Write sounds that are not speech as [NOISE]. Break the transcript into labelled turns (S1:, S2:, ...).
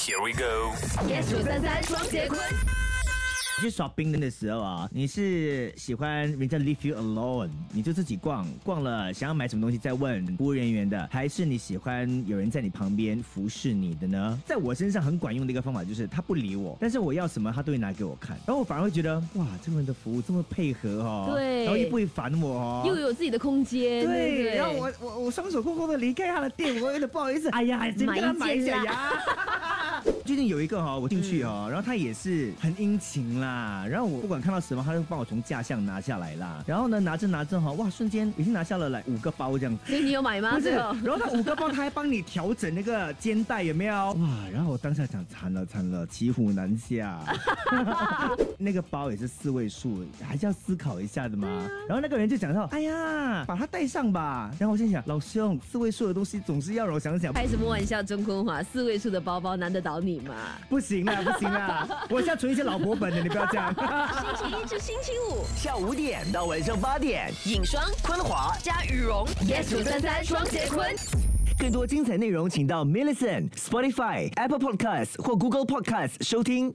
S1: Here we go。
S2: yes 九三三双节棍。
S3: 去 shopping 的时候啊，你是喜欢人家 leave you alone，你就自己逛，逛了想要买什么东西再问服务人员的，还是你喜欢有人在你旁边服侍你的呢？在我身上很管用的一个方法就是他不理我，但是我要什么他都会拿给我看，然后我反而会觉得哇，这个人的服务这么配合哦，
S2: 对
S3: 然后又不会烦我哦，
S2: 又有自己的空间，对不
S3: 对，
S2: 对
S3: 然后我我我双手空空的离开他的店，我有点不好意思。哎呀，还真跟他买一下呀。最近有一个哈、我进去哦，然后他也是很殷勤啦，然后我不管看到什么，他就帮我从架上拿下来啦。然后呢，拿着拿着哈、哇，瞬间已经拿下了来五个包这样子。
S2: 所以你有买吗？
S3: 不是，
S2: 最后
S3: 然后他五个包，他还帮你调整那个肩带，有没有？ [LAUGHS] 哇！然后我当下想，惨了惨了，骑虎难 [LAUGHS] 下。那个包也是四位数，还是要思考一下的嘛。然后那个人就讲到，哎呀，把它带上吧。然后我心想，老兄，四位数的东西总是要让我想想。
S2: 开什么玩笑，钟坤华，四位数的包包难得倒你吗？
S3: 不行啦，不行 [LAUGHS] 啦！我现在存一些老婆本的，你不要这样。 [LAUGHS]
S4: 星期一至星期五，
S5: 下午五点到晚上八点，
S4: 影双
S5: 昆华。
S4: 加羽绒
S2: ，yes 九三三双节棍。
S5: 更多精彩内容，请到 Millison、Spotify、Apple Podcasts 或 Google Podcasts 收听。